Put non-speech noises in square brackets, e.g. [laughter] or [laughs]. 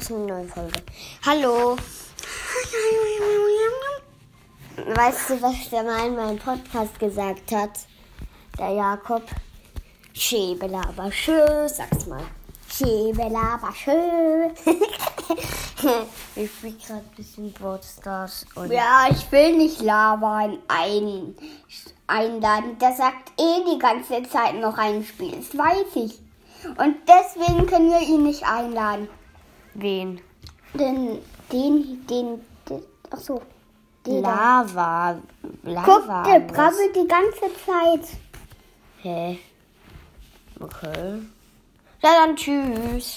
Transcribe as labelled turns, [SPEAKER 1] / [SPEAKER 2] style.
[SPEAKER 1] zu einer neuen Folge. Hallo. Weißt du, was der mal in meinem Podcast gesagt hat? Der Jakob. Schäbel aber schön, sag's mal. Schäbel aber schön. [laughs]
[SPEAKER 2] Ich spiele gerade ein bisschen Brawl Stars und
[SPEAKER 1] ja, ich will nicht labern ein, einladen. Der sagt eh die ganze Zeit noch ein Spiel. Das weiß ich. Und deswegen können wir ihn nicht einladen.
[SPEAKER 2] wen?
[SPEAKER 1] Den, den, den, den ach so. Den da.
[SPEAKER 2] Lava. Lava.
[SPEAKER 1] Guck, der
[SPEAKER 2] was?
[SPEAKER 1] brabbelt die ganze Zeit.
[SPEAKER 2] Hä? Okay. Ja, dann tschüss.